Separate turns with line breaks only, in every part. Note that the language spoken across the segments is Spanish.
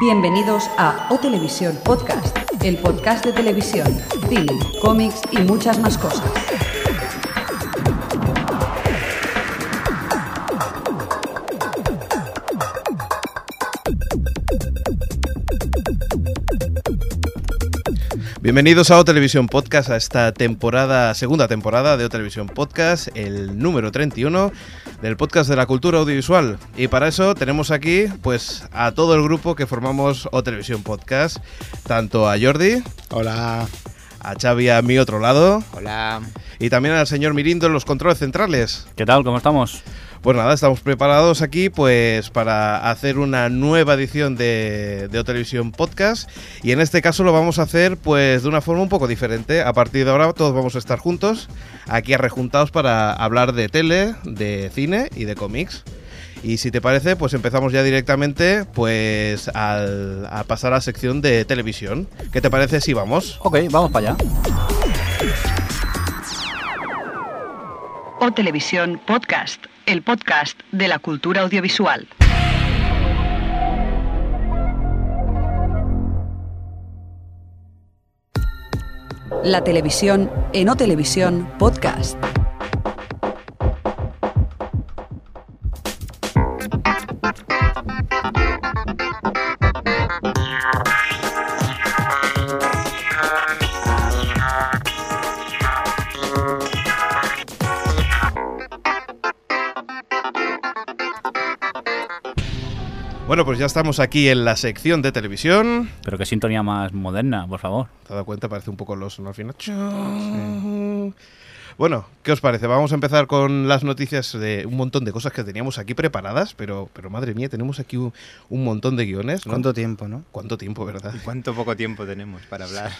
Bienvenidos a O Televisión Podcast, el podcast de televisión, cine, cómics y muchas más cosas.
Bienvenidos a O Televisión Podcast, a esta temporada, segunda temporada de O Televisión Podcast, el número 31 del podcast de la cultura audiovisual. Y para eso tenemos aquí pues a todo el grupo que formamos O Televisión Podcast, tanto a Jordi,
Hola.
a Xavi a mi otro lado
Hola.
y también al señor Mirindo en los controles centrales.
¿Qué tal? ¿Cómo estamos?
Pues nada, estamos preparados aquí pues para hacer una nueva edición de, de O Televisión Podcast y en este caso lo vamos a hacer pues de una forma un poco diferente. A partir de ahora todos vamos a estar juntos, aquí arrejuntados para hablar de tele, de cine y de cómics. Y si te parece, pues empezamos ya directamente pues al- a pasar a la sección de televisión. ¿Qué te parece si vamos?
Ok, vamos para allá.
O Televisión Podcast, el podcast de la cultura audiovisual. La televisión en O Televisión Podcast.
Bueno, pues ya estamos aquí en la sección de televisión.
Pero qué sintonía más moderna, por favor.
¿Te has dado cuenta? Parece un poco los al final. Bueno, ¿qué os parece? Vamos a empezar con las noticias de un montón de cosas que teníamos aquí preparadas, pero, pero madre mía, tenemos aquí un, un montón de guiones. ¿no?
¿Cuánto tiempo, no?
¿Cuánto tiempo, verdad?
¿Y cuánto poco tiempo tenemos para hablar?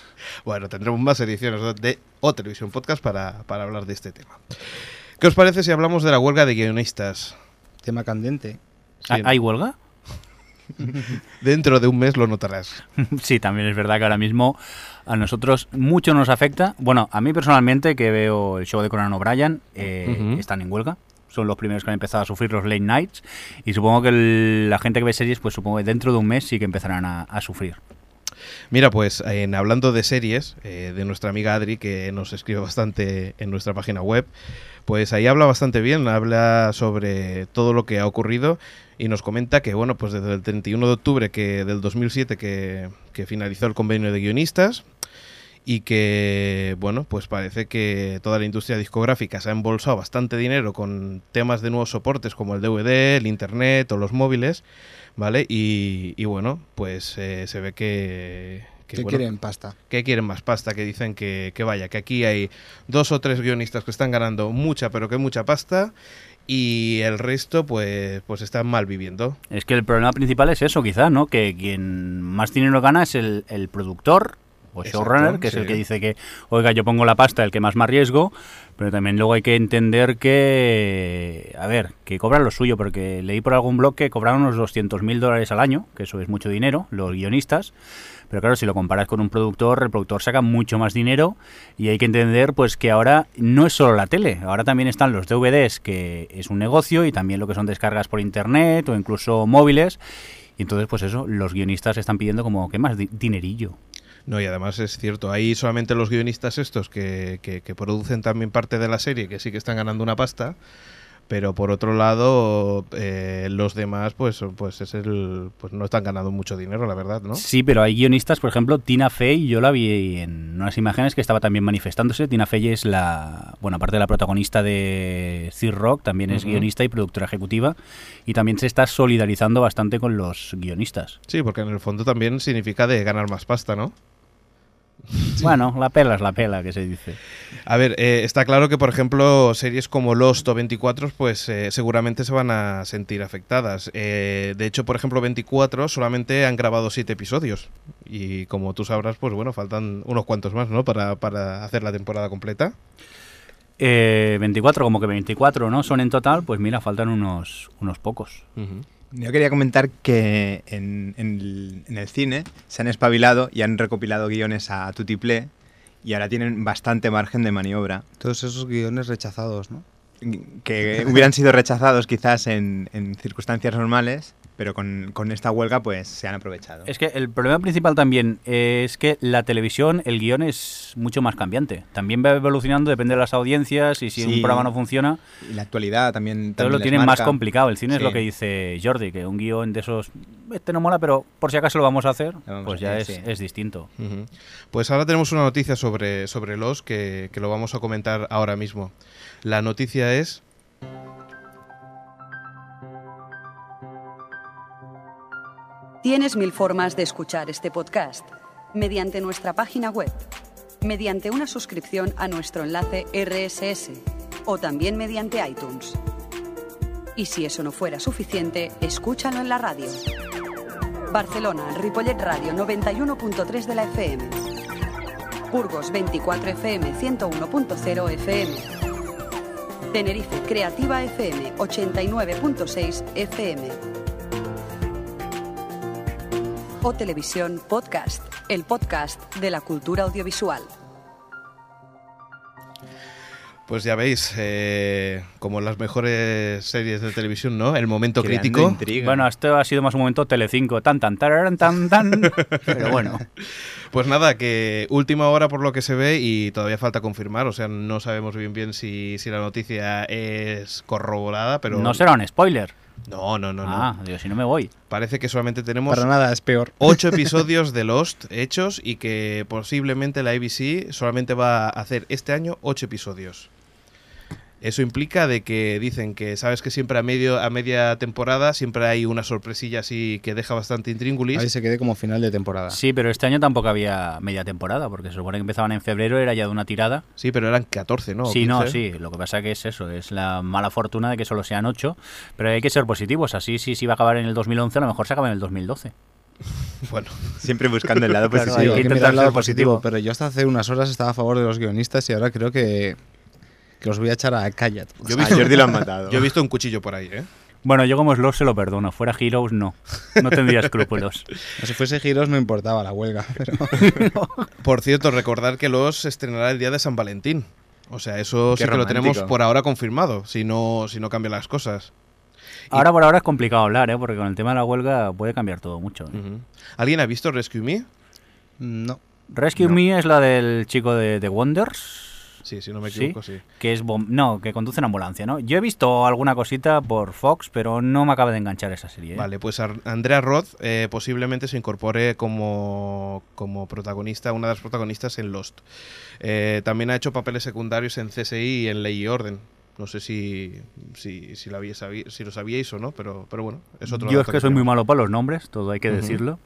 Bueno, tendremos más ediciones de O Televisión Podcast para, para hablar de este tema. ¿Qué os parece si hablamos de la huelga de guionistas?
Tema candente.
¿Ah, ¿Hay huelga?
Dentro de un mes lo notarás.
sí, también es verdad que ahora mismo a nosotros mucho nos afecta. Bueno, a mí personalmente, que veo el show de Conan O'Brien, eh,
Ujú.
están en huelga. Son los primeros que han empezado a sufrir los late nights. Y supongo que el- la gente que ve series, pues supongo que dentro de un mes sí que empezarán a, a sufrir.
Mira, pues en hablando de series, eh, de nuestra amiga Adri, que nos escribe bastante en nuestra página web, pues ahí habla bastante bien, habla sobre todo lo que ha ocurrido y nos comenta que, bueno, pues desde el 31 de octubre que, del 2007 que, que finalizó el convenio de guionistas y que, bueno, pues parece que toda la industria discográfica se ha embolsado bastante dinero con temas de nuevos soportes como el DVD, el Internet o los móviles. ¿Vale? Y, y bueno, pues eh, se ve que...
¿Qué,
bueno,
quieren? Pasta.
que quieren más pasta, que dicen que, que vaya, que aquí hay dos o tres guionistas que están ganando mucha, pero que mucha pasta, y el resto pues, pues están mal viviendo.
Es que el problema principal es eso, quizá, ¿no? Que quien más dinero gana es el, el productor o
Exacto,
showrunner, que es
sí.
el que dice que, oiga, yo pongo la pasta, el que más me arriesgo, pero también luego hay que entender que, a ver, que cobran lo suyo, porque leí por algún blog que cobran unos 200 mil dólares al año, que eso es mucho dinero, los guionistas, pero claro, si lo comparas con un productor, el productor saca mucho más dinero y hay que entender pues que ahora no es solo la tele, ahora también están los DVDs, que es un negocio, y también lo que son descargas por internet o incluso móviles. Y entonces, pues eso, los guionistas están pidiendo como, ¿qué más? Di- Dinerillo.
No, y además es cierto, hay solamente los guionistas estos que, que- que producen también parte de la serie, que sí que están ganando una pasta, pero por otro lado, eh, los demás pues, pues, es el, pues no están ganando mucho dinero, la verdad, ¿no?
Sí, pero hay guionistas, por ejemplo, Tina Fey, yo la vi en unas imágenes que estaba también manifestándose. Tina Fey es la, bueno, aparte de la protagonista de Sir Rock, también es
Ujú.
guionista y productora ejecutiva y también se está solidarizando bastante con los guionistas.
Sí, porque en el fondo también significa de ganar más pasta, ¿no?
Bueno, la pela es la pela, que se dice.
A ver, eh, está claro que, por ejemplo, series como Lost o 24, pues eh, seguramente se van a sentir afectadas. Eh, de hecho, por ejemplo, 24 solamente han grabado siete episodios. Y como tú sabrás, pues bueno, faltan unos cuantos más, ¿no? Para, para hacer la temporada completa.
Eh, 24, como que 24, ¿no? Son en total, pues mira, faltan unos, unos pocos.
Yo quería comentar que en, en el, en el cine se han espabilado y han recopilado guiones a tutiplé y ahora tienen bastante margen de maniobra
Todos esos guiones rechazados, ¿no?
que hubieran sido rechazados quizás en, en circunstancias normales Pero con, con esta huelga, pues se han aprovechado.
Es que el problema principal también es que la televisión, el guión es mucho más cambiante. También va evolucionando, depende de las audiencias y si
Sí.
un programa no funciona,
Y la actualidad también.
todo
también
lo
les
tienen más
marca.
complicado. El cine es
Sí.
lo que dice Jordi, que un guión de esos, este no mola, pero por si acaso lo vamos a hacer,
vamos
pues
a
ya
hacer,
es,
sí.
es distinto.
Ujú. Pues ahora tenemos una noticia sobre, sobre los que, que lo vamos a comentar ahora mismo. La noticia es
Tienes mil formas de escuchar este podcast. Mediante nuestra página web, mediante una suscripción a nuestro enlace RSS o también mediante iTunes. Y si eso no fuera suficiente, escúchalo en la radio. Barcelona, Ripollet Radio 91.3 de la FM. Burgos 24 FM 101.0 FM. Tenerife Creativa FM 89.6 FM. o Televisión Podcast, el podcast de la cultura audiovisual.
Pues ya veis, eh, como en las mejores series de televisión, ¿no? El momento
Creando
crítico.
intriga.
Bueno, esto ha sido más un momento Telecinco, tan tan tararán, tan tan, pero bueno.
Pues nada, que última hora por lo que se ve y todavía falta confirmar, o sea, no sabemos bien bien si, si la noticia es corroborada, pero...
No será un spoiler.
No, no, no, no.
ah, digo, si no me voy.
Parece que solamente tenemos
Para nada, es peor.
ocho episodios de Lost hechos y que posiblemente la ABC solamente va a hacer este año ocho episodios. Eso implica de que dicen que sabes que siempre a medio a media temporada siempre hay una sorpresilla así que deja bastante intríngulis.
Ahí se quede como final de temporada.
Sí, pero este año tampoco había media temporada, porque se supone que empezaban en febrero, era ya de una tirada.
Sí, pero eran 14, ¿no? O
sí, no,
15.
sí. Lo que pasa que es eso, es la mala fortuna de que solo sean ocho. Pero hay que ser positivos. Así, si si va a acabar en el 2011, a lo mejor se acaba en el 2012.
Bueno,
Siempre buscando el lado
Claro,
positivo.
hay que mirar el lado
ser
positivo, pero yo hasta hace unas horas estaba a favor de los guionistas y ahora creo que, que los voy a echar a callat.
Yo he
A
visto-
Jordi lo han matado.
yo he visto un cuchillo por ahí, ¿eh?
Bueno, yo como Slow se lo perdono. Fuera Heroes, no. No tendría escrúpulos.
Si fuese giros no importaba la huelga, pero
Por cierto, recordar que los estrenará el día de San Valentín. O sea, eso
Qué
sí que lo tenemos
romántico.
por ahora confirmado, si no, si no cambian las cosas.
Ahora por ahora es complicado hablar, ¿eh? porque con el tema de la huelga puede cambiar todo mucho. ¿eh?
Ujú. ¿Alguien ha visto Rescue Me?
no.
Rescue Me es la del chico de The Wonders.
Sí, si no me
Sí.
equivoco, sí.
Que es bom- no, que conduce una ambulancia, ¿no? Yo he visto alguna cosita por Fox, pero no me acaba de enganchar esa serie. ¿eh?
Vale, pues Ar- Andrea Roth eh, posiblemente se incorpore como, como protagonista, una de las protagonistas en Lost. Eh, también ha hecho papeles secundarios en CSI y en Ley y Orden. No sé si, si, si lo, había sabi- si lo sabíais o no, pero, pero bueno, es otro
Yo es
dato
que soy muy
tenemos.
malo para los nombres, todo hay que
Ujú.
decirlo.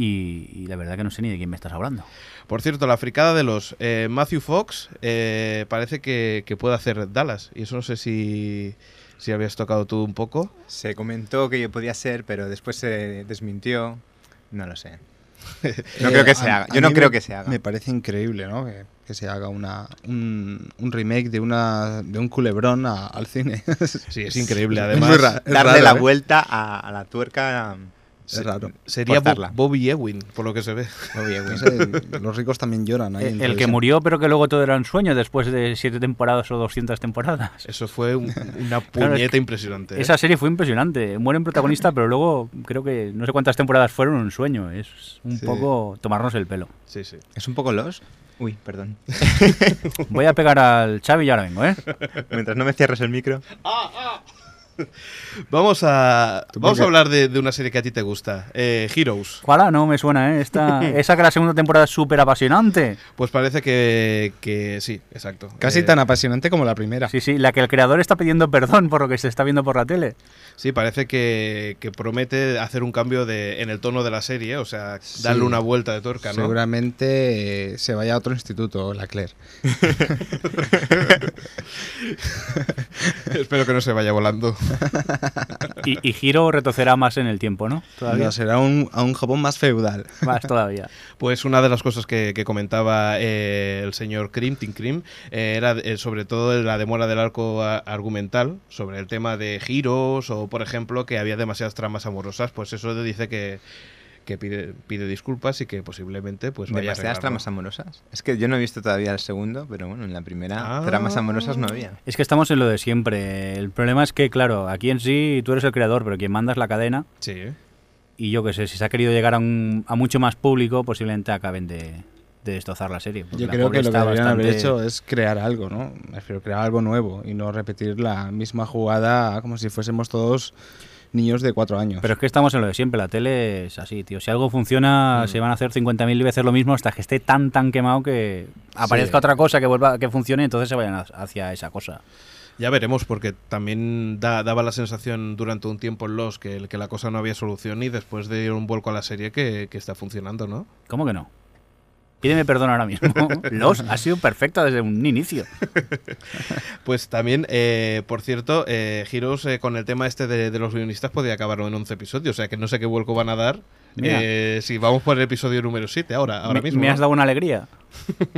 Y, y la verdad que no sé ni de quién me estás hablando.
Por cierto, la fricada de los eh, Matthew Fox eh, parece que, que puede hacer Dallas. Y eso no sé si, si habías tocado tú un poco.
Se comentó que podía ser, pero después se desmintió. No lo sé. No creo que se
Eh, a-
haga.
a
Yo no
mí
creo
me-
que se haga.
Me parece increíble, ¿no? Que, que se haga una, un, un remake de una de un culebrón a- al cine.
Sí, es increíble.
muy
Además,
raro. Es
Darle la
¿eh?
vuelta a, a la tuerca.
Es raro.
sería Bo-
Forzarla.
Bobby Ewing, por lo que se ve.
Obvio, güey.
No sé, los ricos también lloran ahí. en
El que
televisión.
murió, pero que luego todo era un sueño después de siete temporadas o 200 temporadas.
Eso fue un- una
Claro,
puñeta
es que
impresionante. ¿eh?
Esa serie fue impresionante. Muere un protagonista, pero luego creo que no sé cuántas temporadas fueron un sueño. Es un
Sí.
poco tomarnos el pelo.
Sí, sí.
Es un poco los. Uy, perdón.
Voy a pegar al Xavi y ahora vengo, ¿eh?
Mientras no me cierres el micro.
Vamos a,
¿Tú por
vamos a
qué?
hablar de, de una serie que a ti te gusta, eh, Heroes.
Ojalá, no me suena, ¿eh? Esta, esa que la segunda temporada es súper apasionante.
Pues parece que, que sí, exacto.
Casi
Eh,
tan apasionante como la primera.
Sí, sí, la que el creador está pidiendo perdón por lo que se está viendo por la tele.
Sí, parece que, que promete hacer un cambio de, en el tono de la serie, ¿eh? o sea, darle
Sí.
una vuelta de tuerca, ¿no?
Seguramente eh, se vaya a otro instituto, la Claire.
Espero que no se vaya volando.
Y, y Giro retorcerá más en el tiempo, ¿no? Todavía.
No, será un, a un Japón más feudal.
Más todavía.
Pues una de las cosas que, que comentaba eh, el señor Krim, Tim Krim, eh, era eh, sobre todo la demora del arco a- argumental, sobre el tema de giros o, por ejemplo, que había demasiadas tramas amorosas. Pues eso dice que, que pide, pide disculpas y que posiblemente pues vaya a
Demasiadas
arreglarlo.
tramas amorosas. Es que yo no he visto todavía el segundo, pero bueno, en la primera
Ah.
tramas amorosas no había.
Es que estamos en lo de siempre. El problema es que, claro, aquí en sí tú eres el creador, pero quien mandas la cadena,
Sí. ¿eh?
y yo qué sé, si se ha querido llegar a, un- a mucho más público, posiblemente acaben de, de destrozar la serie. porque
Yo
la
creo
pobre
que lo que
está
deberían haber
bastante-
hecho es crear algo, ¿no? Me refiero, crear algo nuevo y no repetir la misma jugada como si fuésemos todos niños de cuatro años.
Pero es que estamos en lo de siempre, la tele es así, tío. Si algo funciona,
Mm.
se van a hacer 50.000 veces lo mismo hasta que esté tan, tan quemado que aparezca otra cosa que vuelva que funcione y entonces se vayan a- hacia esa cosa.
Ya veremos, porque también da- daba la sensación durante un tiempo en los que, el- que la cosa no había solución y después de un vuelco a la serie que, que está funcionando, ¿no?
¿Cómo que no? Pídeme perdón ahora mismo. Los ha sido perfecta desde un inicio.
Pues también, eh, por cierto, eh, Heroes, eh, con el tema este de, de los guionistas podía acabarlo en 11 episodios, o sea que no sé qué vuelco van a dar.
Mira.
eh, si vamos por el episodio número 7 ahora, ahora
me,
mismo.
me has
¿no?
dado una alegría.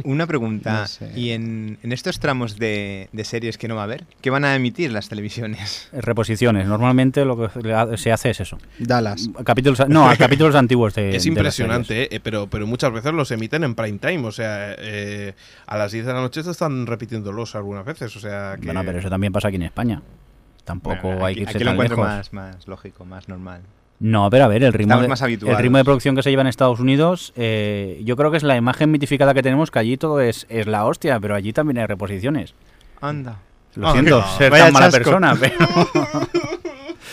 Una pregunta,
No sé.
¿y en, en estos tramos de, de series que no va a haber, qué van a emitir las televisiones?
Eh, Reposiciones. Normalmente lo que le ha- se hace es eso.
Dallas.
mm, Capítulos, no, a capítulos antiguos
Es
de de las series.
impresionante, eh, pero, pero muchas veces los emiten en prime time, o sea, eh, a las 10 de la noche se están repitiéndolos algunas veces, o sea que...
Bueno, pero eso también pasa aquí en España. Tampoco
eh, Bueno, aquí,
hay que irse
aquí lo
tan
encuentro
lejos.
más, más lógico, más normal.
No, pero a ver, el ritmo,
Estamos
de,
más
el
habituados.
ritmo de producción que se lleva en Estados Unidos, eh, yo creo que es la imagen mitificada que tenemos, que allí todo es, es la hostia, pero allí también hay reposiciones.
Anda.
Lo
Ah,
siento,
no,
ser
vaya
tan mala
chasco.
persona, pero...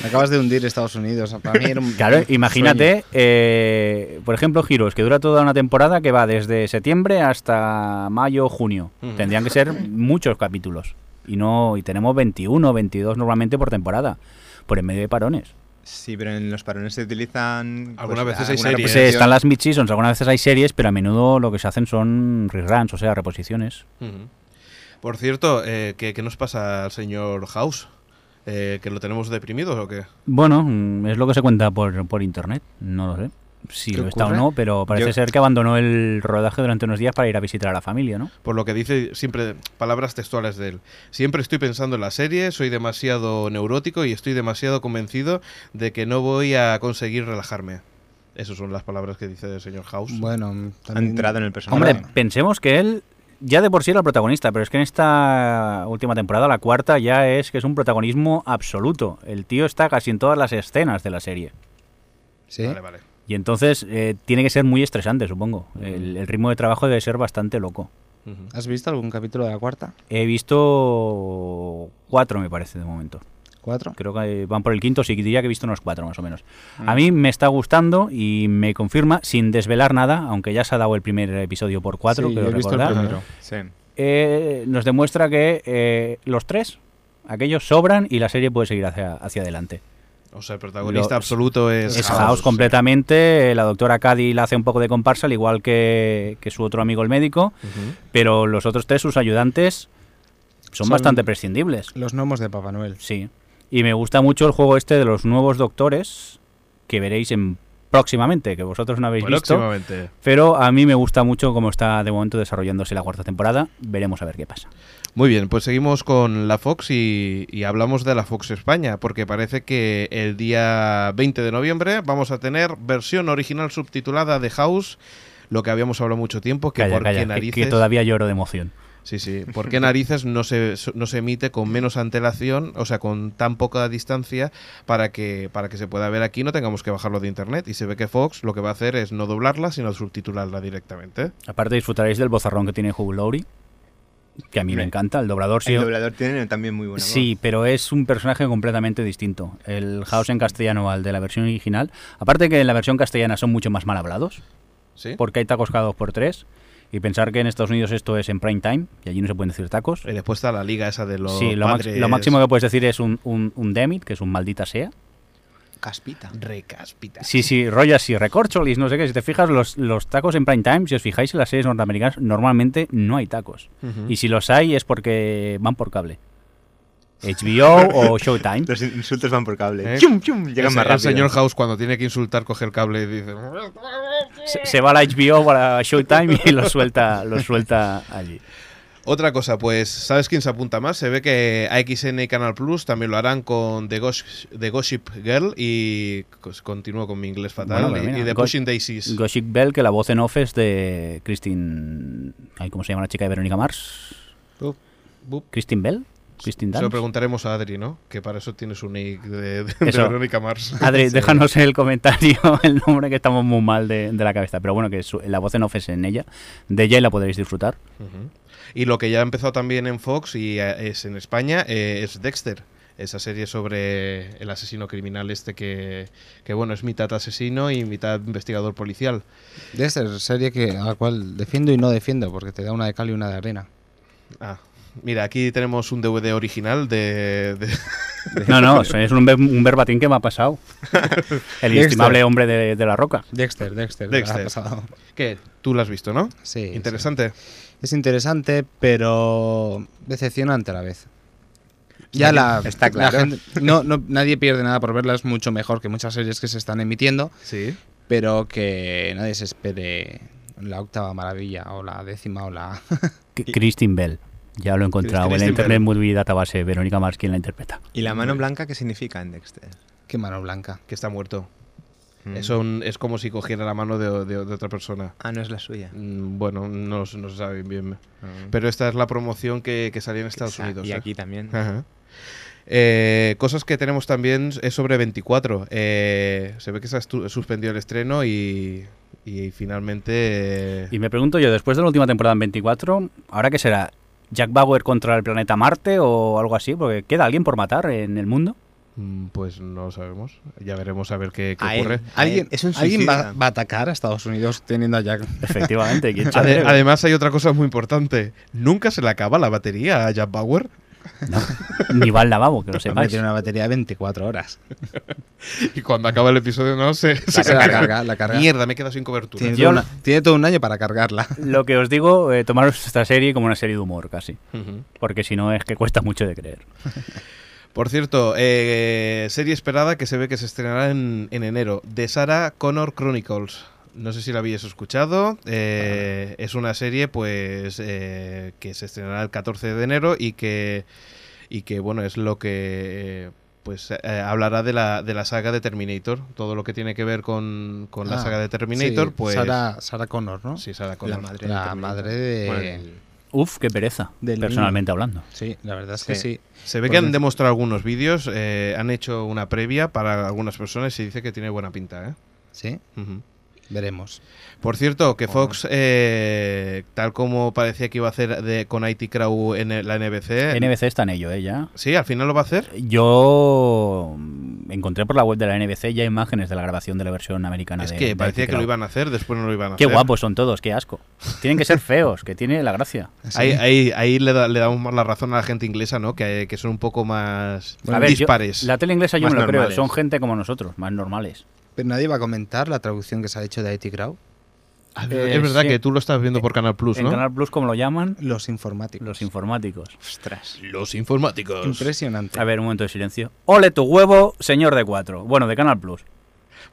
Me acabas de hundir Estados Unidos. Para mí era un
Claro,
sueño.
imagínate, eh, por ejemplo, Giros, que dura toda una temporada que va desde septiembre hasta mayo, junio.
Mm.
Tendrían que ser muchos capítulos. Y no y tenemos 21, 22 normalmente por temporada, por en medio de parones.
Sí, pero en los parones se utilizan...
Algunas veces hay
alguna
series.
Pues,
Sí,
eh,
reposición.
están las mid-seasons, algunas veces hay series, pero a menudo lo que se hacen son reruns, o sea, reposiciones.
Ujú. Por cierto, eh, ¿qué, qué nos pasa al señor House? Eh, ¿Que lo tenemos deprimido o qué?
Bueno, mm, es lo que se cuenta por, por internet, no lo sé si
¿Qué
lo está o
ocurre?
no, pero parece
Yo-
ser que abandonó el rodaje durante unos días para ir a visitar a la familia, ¿no?
Por lo que dice siempre palabras textuales de él. Siempre estoy pensando en la serie, soy demasiado neurótico y estoy demasiado convencido de que no voy a conseguir relajarme. Esas son las palabras que dice el señor House.
Bueno,
Ha
también-
entrado en el personaje.
Hombre,
Ahora-
pensemos que él ya de por sí era el protagonista, pero es que en esta última temporada, la cuarta, ya es que es un protagonismo absoluto. El tío está casi en todas las escenas de la serie.
Sí.
Vale, vale.
Y entonces eh, tiene que ser muy estresante, supongo. El, el ritmo de trabajo debe ser bastante loco.
Ujú.
¿Has visto algún capítulo de la cuarta?
He visto cuatro, me parece, de momento.
¿Cuatro?
Creo que van por el quinto, sí, diría que he visto unos cuatro más o menos. A mí me está gustando y me confirma, sin desvelar nada, aunque ya se ha dado el primer episodio por cuatro,
Sí,
creo
he visto el
recordar.
primero.
Sí.
eh, nos demuestra que eh, los tres, aquellos sobran y la serie puede seguir hacia, hacia adelante.
O sea, el protagonista
Lo-
absoluto es,
Es, House, completamente, eh, la doctora Cady la hace un poco de comparsa, al igual que, que su otro amigo el médico,
Ujú.
pero los otros tres, sus ayudantes, son,
Son-
bastante prescindibles.
Los gnomos de Papá Noel.
Sí. Y me gusta mucho el juego este de los nuevos doctores, que veréis en próximamente, que vosotros no habéis visto.
Próximamente.
Pero a mí me gusta mucho cómo está de momento desarrollándose la cuarta temporada. Veremos a ver qué pasa.
Muy bien, pues seguimos con la Fox y, y hablamos de la Fox España, porque parece que el día 20 de noviembre vamos a tener versión original subtitulada de House, lo que habíamos hablado mucho tiempo, que
Calla,
por
calla,
qué
que-
narices...
que todavía lloro de emoción.
Sí, sí. ¿Por qué narices no se, no se emite con menos antelación, o sea, con tan poca distancia para que, para que se pueda ver aquí, no tengamos que bajarlo de internet? Y se ve que Fox lo que va a hacer es no doblarla, sino subtitularla directamente.
Aparte disfrutaréis del bozarrón que tiene Hugh Laurie, que a mí me
Sí.
encanta, el doblador sí.
El doblador tiene también muy buena voz.
Sí, pero es un personaje completamente distinto. El House en castellano al de la versión original. Aparte que en la versión castellana son mucho más mal hablados,
¿Sí?
porque hay tacos cada dos por tres. Y pensar que en Estados Unidos esto es en prime time, y allí no se pueden decir tacos.
Y después está la liga esa de los
sí, lo, max-
padres
lo máximo que puedes decir es un, un, un demit, que es un maldita sea.
Caspita.
Recaspita.
Sí, sí, rollo así, recorcholis, no sé qué. Si te fijas, los, los tacos en prime time, si os fijáis en las series norteamericanas, normalmente no hay tacos.
Ujú.
Y si los hay es porque van por cable. HBO o Showtime.
Los in- insultos van por cable.
¿Eh?
Chum, chum, llegan
Ese-
más
el
rápido.
señor House cuando tiene que insultar coge el cable y dice...
Se, se va a la HBO o a la Showtime y los suelta, los suelta allí.
Otra cosa, pues, ¿sabes quién se apunta más? Se ve que AXN y Canal Plus también lo harán con The, Gosh- The Gossip Girl y pues, continúo con mi inglés fatal.
Bueno, pero
y,
mira,
y The
Go-
Pushing Daisies.
Gossip Bell, que la voz en off es de Christine. ay, ¿Cómo se llama la chica de Verónica Mars?
Bup, bup.
¿Christine Bell? ¿Christine
se lo
Dunst?
preguntaremos a Adri, ¿no? Que para eso tienes un nick de, de- de
Eso.
Verónica Mars.
Adri,
Sí.
déjanos el comentario, el nombre que estamos muy mal de, de la cabeza. Pero bueno, que su- la voz en off es en ella. De ella y la podréis disfrutar.
Ujú. Y lo que ya ha empezado también en Fox y eh, es en España eh, es Dexter. Esa serie sobre el asesino criminal este que, que, bueno, es mitad asesino y mitad investigador policial.
De esta serie que, a la cual defiendo y no defiendo, porque te da una de cal y una de arena.
Ah, mira, aquí tenemos un DVD original de... de-
No, no, es un, ver- un verbatim que me ha pasado. El
Dexter.
inestimable hombre de, de la roca.
Dexter, Dexter.
Dexter.
ha pasado.
que tú lo has visto, ¿no?
Sí,
Interesante.
sí. Es interesante, pero decepcionante a la vez. Ya la,
Está
la
claro.
gente- no, no, nadie pierde nada por verla, es mucho mejor que muchas series que se están emitiendo,
Sí.
pero que nadie se espere la octava maravilla o la décima o la...
C- Christine Bell. Ya lo he encontrado en la
Christine
Internet
Bell.
Movie Database. Verónica Mars, quien la interpreta.
¿Y la mano blanca qué significa en Dexter?
Qué mano blanca.
Que está muerto.
Mm.
Es, un- es como si cogiera la mano de, de- de otra persona.
Ah, no es la suya.
Mm, Bueno, no, s- no se sabe bien.
Ah.
Pero esta es la promoción que, que salía en
Que
Mm. Estados
sa-
Unidos.
Y
¿eh?
aquí también.
Ajá. Eh, cosas que tenemos también es sobre 24. Eh, se ve que se ha estu- suspendido el estreno y, y finalmente... eh,
Y me pregunto yo, después de la última temporada en 24, ¿ahora qué será? ¿Jack Bauer contra el planeta Marte o algo así? Porque queda alguien por matar en el mundo.
mm, Pues no lo sabemos. Ya veremos a ver qué, qué
A él.
ocurre.
¿Alguien,
es un
¿alguien va,
suicida.
va a atacar a Estados Unidos teniendo a Jack?
Efectivamente, ¿quién se
Ade-
atreve?
además hay otra cosa muy importante. Nunca se le acaba la batería a Jack Bauer.
Ni va al lavabo, que lo
Hombre,
sepáis.
tiene una batería de 24 horas.
Y cuando acaba el episodio no se, se
La
carga.
carga, la carga.
Mierda, me he quedado sin cobertura.
Tiene,
Yo
todo
la-
una- tiene todo un año para cargarla.
Lo que os digo, eh, tomaros esta serie como una serie de humor casi.
Ujú.
Porque si no es que cuesta mucho de creer.
Por cierto, eh, serie esperada que se ve que se estrenará en, en enero, de Sarah Connor Chronicles. No sé si la habéis escuchado. eh, Es una serie, pues, eh, que se estrenará el 14 de enero y que, y que bueno, es lo que, eh, pues, eh, hablará de la, de la saga de Terminator. Todo lo que tiene que ver con, con la
Ah,
saga de Terminator,
Sí,
pues,
Sara, Sara Connor, ¿no?
sí, Sarah
La
Connor.
madre.
la
del
madre
Terminator.
de...
Bueno, el-
Uf, qué pereza,
Del
personalmente hablando.
Sí, la verdad Pues es que
Sí.
sí.
Se ve
Por
que han
dentro.
demostrado algunos vídeos, eh, han hecho una previa para algunas personas y dice que tiene buena pinta, ¿eh?
Sí,
Ujú.
veremos.
Por cierto, que Fox, eh, tal como parecía que iba a hacer de, con IT Crow en el- la NBC,
NBC está en ello, ¿eh? Ya.
sí, al final lo va a hacer.
Yo mm, encontré por la web de la NBC ya imágenes de la grabación de la versión americana
es
de-
que
de
parecía
Arctic
que lo
Crow.
iban a hacer, después no lo iban a
Qué
hacer.
guapos son todos, qué asco. Tienen que ser feos, que tiene la gracia.
Ahí, ahí, ahí le, da- le damos más la razón a la gente inglesa, ¿no? Que, que son un poco más
A ver, yo-
dispares.
la tele inglesa yo
Más
me lo creo,
normales.
son gente como nosotros, más normales.
Pero nadie va a comentar la traducción que se ha hecho de IT Crowd.
Ah,
eh,
es verdad
sí. Eh,
que tú lo estás viendo por Canal Plus,
en
¿no?
Canal Plus, como lo llaman,
Los informáticos.
los informáticos.
Ostras.
Los informáticos.
Impresionante.
A ver, un momento de silencio. Ole tu huevo, señor de cuatro. Bueno, de Canal Plus.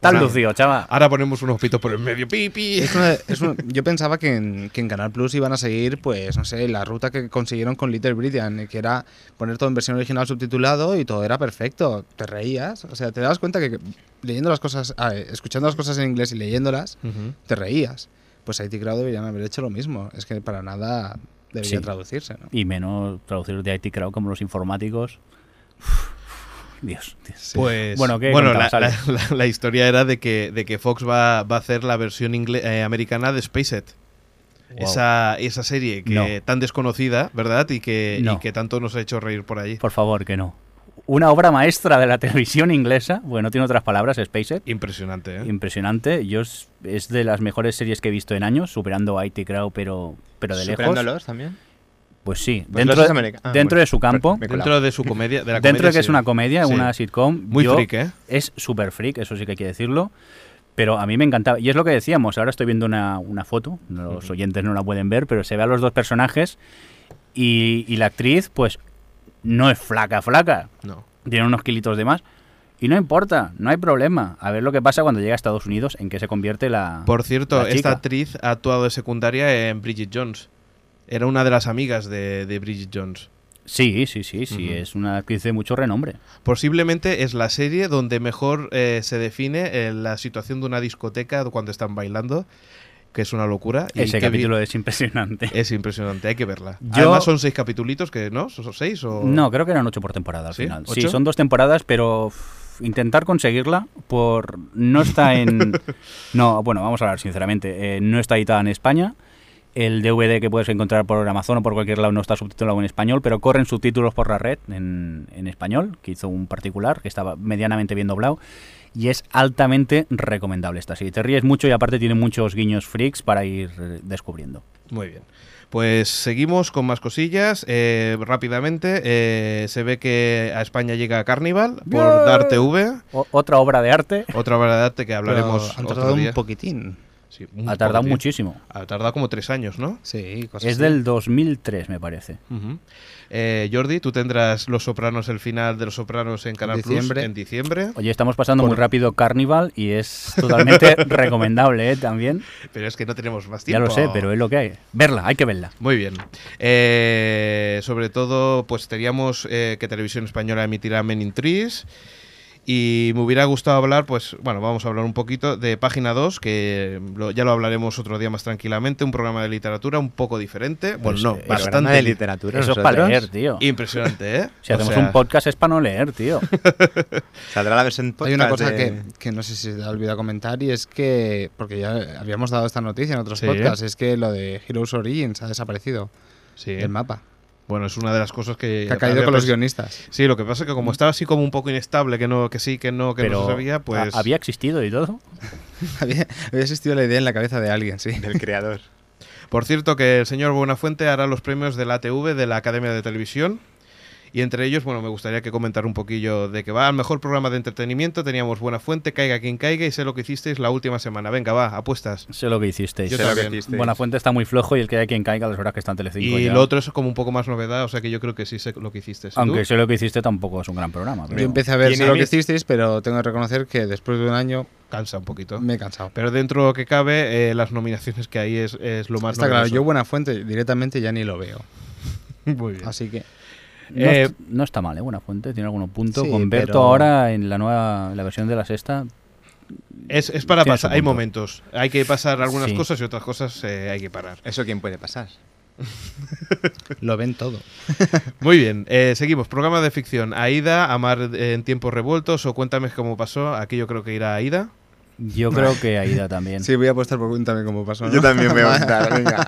Tan
Hola.
lucido, chaval.
Ahora ponemos unos pitos por el medio. Pi, pi.
Es una- es una- yo pensaba que en, que en Canal Plus iban a seguir, pues, no sé, la ruta que consiguieron con Little Britain, que era poner todo en versión original subtitulado y todo era perfecto. Te reías. O sea, te dabas cuenta que leyendo las cosas, ah, eh, escuchando las cosas en inglés y leyéndolas,
Ujú.
te reías. Pues IT Crowd deberían haber hecho lo mismo. Es que para nada debería
Sí.
traducirse, ¿no?
Y menos traducir de IT Crowd como los informáticos. Dios, Dios.
Pues
Bueno,
bueno,
¿qué
la,
contamos, Alex?
la- la- la historia era de que, de que Fox va, va a hacer la versión ingle- eh, americana de Spaced.
Wow.
Esa, esa serie que
No.
tan desconocida, ¿verdad? Y que, y
No.
que tanto nos ha hecho reír por allí.
Por favor, que no. Una obra maestra de la televisión inglesa, bueno, no tiene otras palabras, Spaced.
Impresionante, ¿eh?
Impresionante. Yo es, es de las mejores series que he visto en años, superando a IT Crowd, pero, pero de lejos.
¿Superándolos también?
Pues sí,
Pues
dentro,
los es América. Ah,
dentro
bueno.
de su campo,
Perfecto.
Dentro de su comedia, de la
dentro
comedia,
de que es
sí.
una comedia,
Sí.
una sitcom,
Muy
yo- ah,
freak, ¿eh?
es súper freak, eso sí que hay que decirlo. Pero a mí me encantaba. Y es lo que decíamos. Ahora estoy viendo una, una foto. Los oyentes no la pueden ver, pero se ve a los dos personajes. Y, y la actriz, pues, no es flaca, flaca.
No.
Tiene unos kilitos de más. Y no importa, no hay problema. A ver lo que pasa cuando llega a Estados Unidos, en qué se convierte la.
Por cierto,
la chica.
esta actriz ha actuado de secundaria en Bridget Jones. Era una de las amigas de, de Bridget Jones.
Sí, sí, sí, sí,
Ujú.
es una actriz de mucho renombre.
Posiblemente es la serie donde mejor eh, se define eh, la situación de una discoteca cuando están bailando, que es una locura. y
Ese
que vi-
capítulo es impresionante.
Es impresionante, hay que verla.
Yo-
Además son seis capitulitos que, ¿no? ¿Son seis o...?
No, creo que eran ocho por temporada al
¿Sí?
final. Sí,
¿Ocho?
son dos temporadas, pero uf, intentar conseguirla por no está en no, bueno, vamos a hablar sinceramente, eh, no está editada en España. El DVD que puedes encontrar por Amazon o por cualquier lado no está subtitulado en español, pero corren subtítulos por la red en, en español, que hizo un particular que estaba medianamente bien doblado. Y es altamente recomendable esta serie. Te ríes mucho y aparte tiene muchos guiños freaks para ir eh, descubriendo.
Muy bien. Pues seguimos con más cosillas. eh, rápidamente, eh, se ve que a España llega Carnival por
Bien.
Dar TV.
O- otra obra de arte
Otra obra de arte que
Pero
hablaremos
han
otro
tardado
día.
un poquitín.
Sí, un
ha tardado
poco, tío.
muchísimo.
Ha tardado como tres años, ¿no?
Sí, cosas
Es
así.
del 2003, me parece.
Ujú. Eh, Jordi, tú tendrás Los Sopranos, el final de Los Sopranos en Canal
Diciembre.
Plus en diciembre.
Oye, estamos pasando muy rápido Carnival y es totalmente recomendable ¿eh? también.
Pero es que no tenemos más
Ya
tiempo.
lo sé, pero es lo que hay. Verla, hay que verla.
Muy bien. Eh, sobre todo, pues teníamos eh, que Televisión Española emitirá Men in Trees. Y me hubiera gustado hablar, pues bueno, vamos a hablar un poquito de Página 2, que lo- ya lo hablaremos otro día más tranquilamente, un programa de literatura un poco diferente. Bueno,
Pues,
no,
eh, el
Bastante
bastante
de
di-
literatura.
Eso es para
nosotros.
leer, tío.
Impresionante, ¿eh?
Si
O
hacemos
sea,
un podcast es para no leer, tío.
Saldrá la versión podcast.
Hay una cosa
de-
que, que no sé si se te ha olvidado comentar y es que, porque ya habíamos dado esta noticia en otros
Sí.
podcasts, es que lo de Heroes Origins ha desaparecido
sí.
del mapa,
Bueno, es una de las cosas que...
que ha caído con los
había pens-
guionistas.
Sí, lo que pasa es que como estaba así como un poco inestable, que no, que sí, que no, que
pero
no se sabía, pues...
¿ha- había existido y todo.
había, había existido la idea en la cabeza de alguien, sí.
Del creador.
Por cierto, que el señor Buenafuente hará los premios de la ATV de la Academia de Televisión. Y entre ellos, bueno, me gustaría que comentar un poquillo de que va al mejor programa de entretenimiento. Teníamos Buenafuente, caiga quien caiga, y sé lo que hicisteis la última semana. Venga, va, apuestas.
Sé lo que hicisteis.
Yo
Sé lo que
también.
hicisteis.
Buenafuente está muy flojo y el que haya quien caiga a las horas que están Telecinco.
Y
ya.
lo otro es como un poco más novedad, o sea que yo creo que sí sé lo que hicisteis. ¿Y
Aunque
tú?
sé lo que hiciste tampoco es un gran programa. pero-
Yo empecé a ver
Tiene
sé lo que
mis-
hicisteis, pero tengo que reconocer que después de un año
cansa un poquito.
me he cansado.
Pero dentro que cabe, eh, las nominaciones que hay es, es lo más
Está claro, yo
novedoso.
buena fuente directamente ya ni lo veo.
Muy bien.
Así que
No,
Eh,
est- no está mal, ¿eh? Buenafuente tiene algunos puntos.
Sí,
Con Berto
pero-
ahora en la nueva en la versión de la sexta.
Es, es para
Tiene su
pasar, hay
punto.
momentos. Hay que pasar algunas
Sí.
cosas y otras cosas eh, hay que parar.
¿Eso quién puede pasar?
lo ven todo.
Muy bien, eh, seguimos. Programa de ficción. Aida, Amar en tiempos revueltos o Cuéntame cómo pasó. Aquí yo creo que irá Aida.
Yo creo que Aida también.
Sí, voy a apostar por cuéntame cómo pasó. ¿no?
también voy a contar, venga.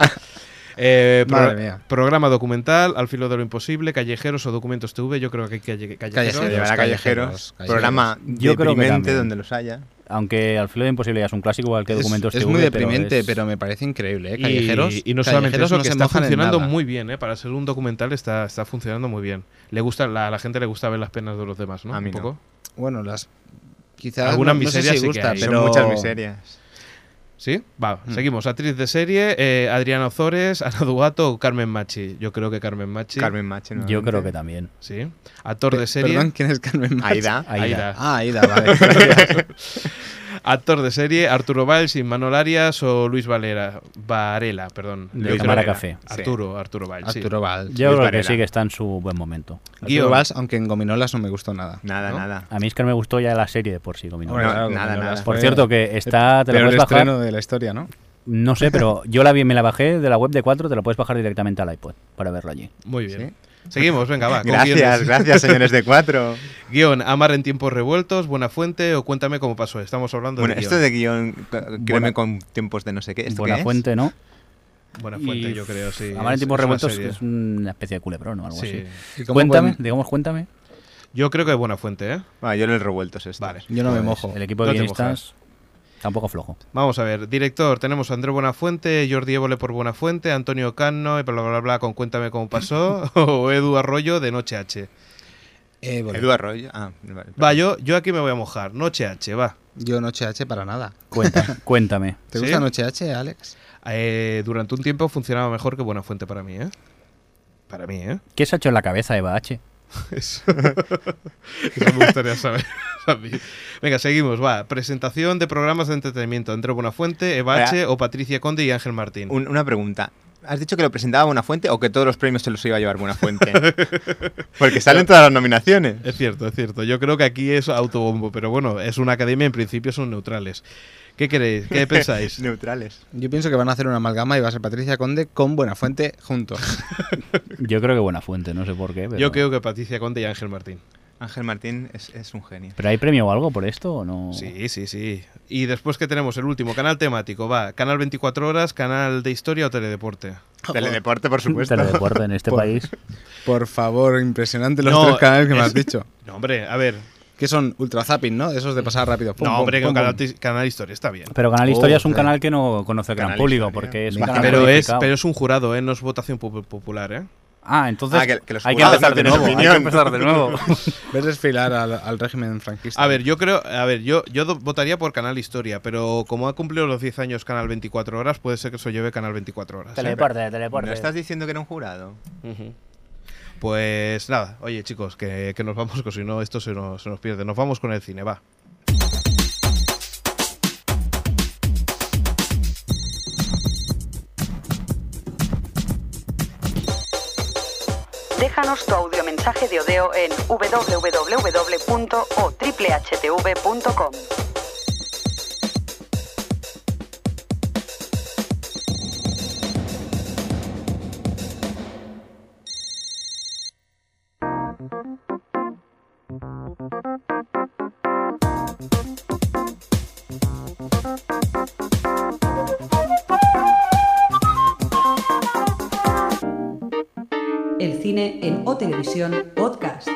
Eh,
Madre
pro-
mía.
Programa documental, Al filo de lo imposible, Callejeros o Documentos TV. Yo creo que calle- Callejeros.
Se llevará
Callejeros,
callejeros.
callejeros.
Programa
Yo creo que
deprimente
también.
donde los haya.
Aunque Al filo de Imposible ya es un clásico, igual que
Es,
documentos
es
TV,
muy deprimente, pero,
es-
me parece increíble. ¿eh?
Y-
Callejeros.
y, no solamente
callejeros
eso,
no
que
se
está
mojan en
funcionando
nada.
muy bien, eh, para ser un documental está, está funcionando muy bien. Le gusta, la, a la gente le gusta ver las penas de los demás, ¿no?
A mí
un
no.
poco.
Bueno, las. Quizás.
Algunas
no, no sé
miserias
si
sí que
gusta,
hay.
¿eh?
Son
pero.
muchas miserias.
¿Sí? Va,
Mm.
seguimos. Actriz de serie, eh, Adriana Ozores, Ana Duato o Carmen Machi. Yo creo que Carmen Machi.
Carmen Machi.
Yo
nuevamente.
creo que también.
Sí. Actor de serie.
Perdón, ¿quién es Carmen Machi?
Aida.
Aida.
Aida.
Ah, Aida, vale.
Actor de serie, Arturo Valls, Manuel Arias o Luis Valera, Varela, perdón.
De
Luis
Cámara
Varela.
Café.
Arturo, Arturo Valls. sí.
Arturo Valls.
Yo
Luis
creo
Varela.
que sí que está en su buen momento.
Guión.
Arturo Valls, aunque en Gominolas no me gustó nada.
Nada,
¿No?
nada.
A mí es que no me gustó ya la serie de por sí, Dominó.
Hombre,
Bueno,
no,
claro,
nada,
Gominolas
nada.
Por
fue
cierto, que está, te la
Peor
puedes bajar.
estreno de la historia, ¿no?
No sé, pero yo la vi, me la bajé de la web de 4, te la puedes bajar directamente al iPod para verlo allí.
Muy bien. Seguimos, venga, va. con
Gracias,
guiones.
gracias, señores de cuatro.
Guión, Amar en tiempos revueltos, Buena Fuente o Cuéntame cómo pasó. Estamos hablando
Bueno,
de
esto
guión.
de guión, c- créeme
Buena-
con tiempos de no sé qué. ¿Esto
Buena
qué es?
fuente, ¿no?
Buena Fuente,
y-
yo creo, sí.
Amar en
es-
tiempos
es una
revueltos
serie.
es una especie de culebrón o algo
Sí.
así.
¿Y cómo
Cuéntame,
pueden-
digamos, cuéntame.
Yo creo que es Buena Fuente, ¿eh?
Bueno, yo los revueltos esto.
Vale.
Yo no me
Pues,
mojo.
El equipo
No
de
te
guionistas está un poco flojo.
Vamos a ver, director, tenemos a André Buenafuente, Jordi Évole por Buenafuente, Antonio Cano, y bla, bla, bla, bla, con Cuéntame cómo pasó, o Edu Arroyo de Noche H.
Eh, bueno,
Edu Arroyo. Ah, vale.
Va, yo, yo aquí me voy a mojar. Noche H, va.
Yo Noche H para nada.
Cuenta, cuéntame.
¿Te
¿Sí?
gusta Noche H, Alex?
Eh, durante un tiempo funcionaba mejor que Buena Fuente para mí, ¿eh? Para mí, ¿eh?
¿Qué se ha hecho en la cabeza Eva H?
Eso, Eso me gustaría saber. a mí. Venga, seguimos, va. Presentación de programas de entretenimiento. André Buenafuente, Eva H, o Patricia Conde y Ángel Martín.
Un- una pregunta. has dicho que lo presentaba Buenafuente o que todos los premios se los iba a llevar Buenafuente. Porque salen todas las nominaciones.
Es cierto, es cierto. Yo creo que aquí es autobombo, pero bueno, es una academia, en principio son neutrales. ¿Qué queréis? ¿Qué pensáis?
Neutrales.
Yo pienso que van a hacer una amalgama y va a ser Patricia Conde con Buenafuente juntos.
Yo creo que buena fuente, no sé por qué. Pero,
Yo creo que Patricia Conte y Ángel Martín.
Ángel Martín es, es un genio.
¿Pero hay premio o algo por esto o no?
Sí, sí, sí. Y después que tenemos el último canal temático, va, canal 24 horas, canal de historia o teledeporte.
Ah,
Teledeporte, por supuesto.
Teledeporte en este
Por-
país.
Por favor, impresionante los
No,
tres canales que me
es-
has dicho.
No, hombre, a ver.
Que son ultra zapping, ¿no? Esos de pasar rápido. Pum,
no,
pum,
hombre, que
pum,
un canal,
pum.
de canal de historia está bien.
Pero Canal Historia es un
claro.
canal que no conoce el gran
Canal
público,
Historia.
porque es un
Imagina-
canal
Pero es,
codificado.
pero es un jurado, ¿eh? No es votación pu- popular, ¿eh?
Ah, entonces
Ah, que- que los
hay que
jurados
empezar de
tienen
nuevo. Hay que
opinión.
empezar de nuevo.
Ves desfilar al, al régimen franquista.
A ver, yo creo, a ver, yo, yo do- votaría por Canal Historia, pero como ha cumplido los 10 años Canal 24 horas, puede ser que eso lleve Canal 24 horas. ¿eh?
teleporte,
¿No estás diciendo que era un jurado?
Ujú. Pues nada, oye chicos, que, que nos vamos, que si no esto se nos, se nos pierde. Nos vamos con el cine, va.
Déjanos tu audiomensaje de Odeo en www.otriplehtv.com. El cine en O Televisión Podcast.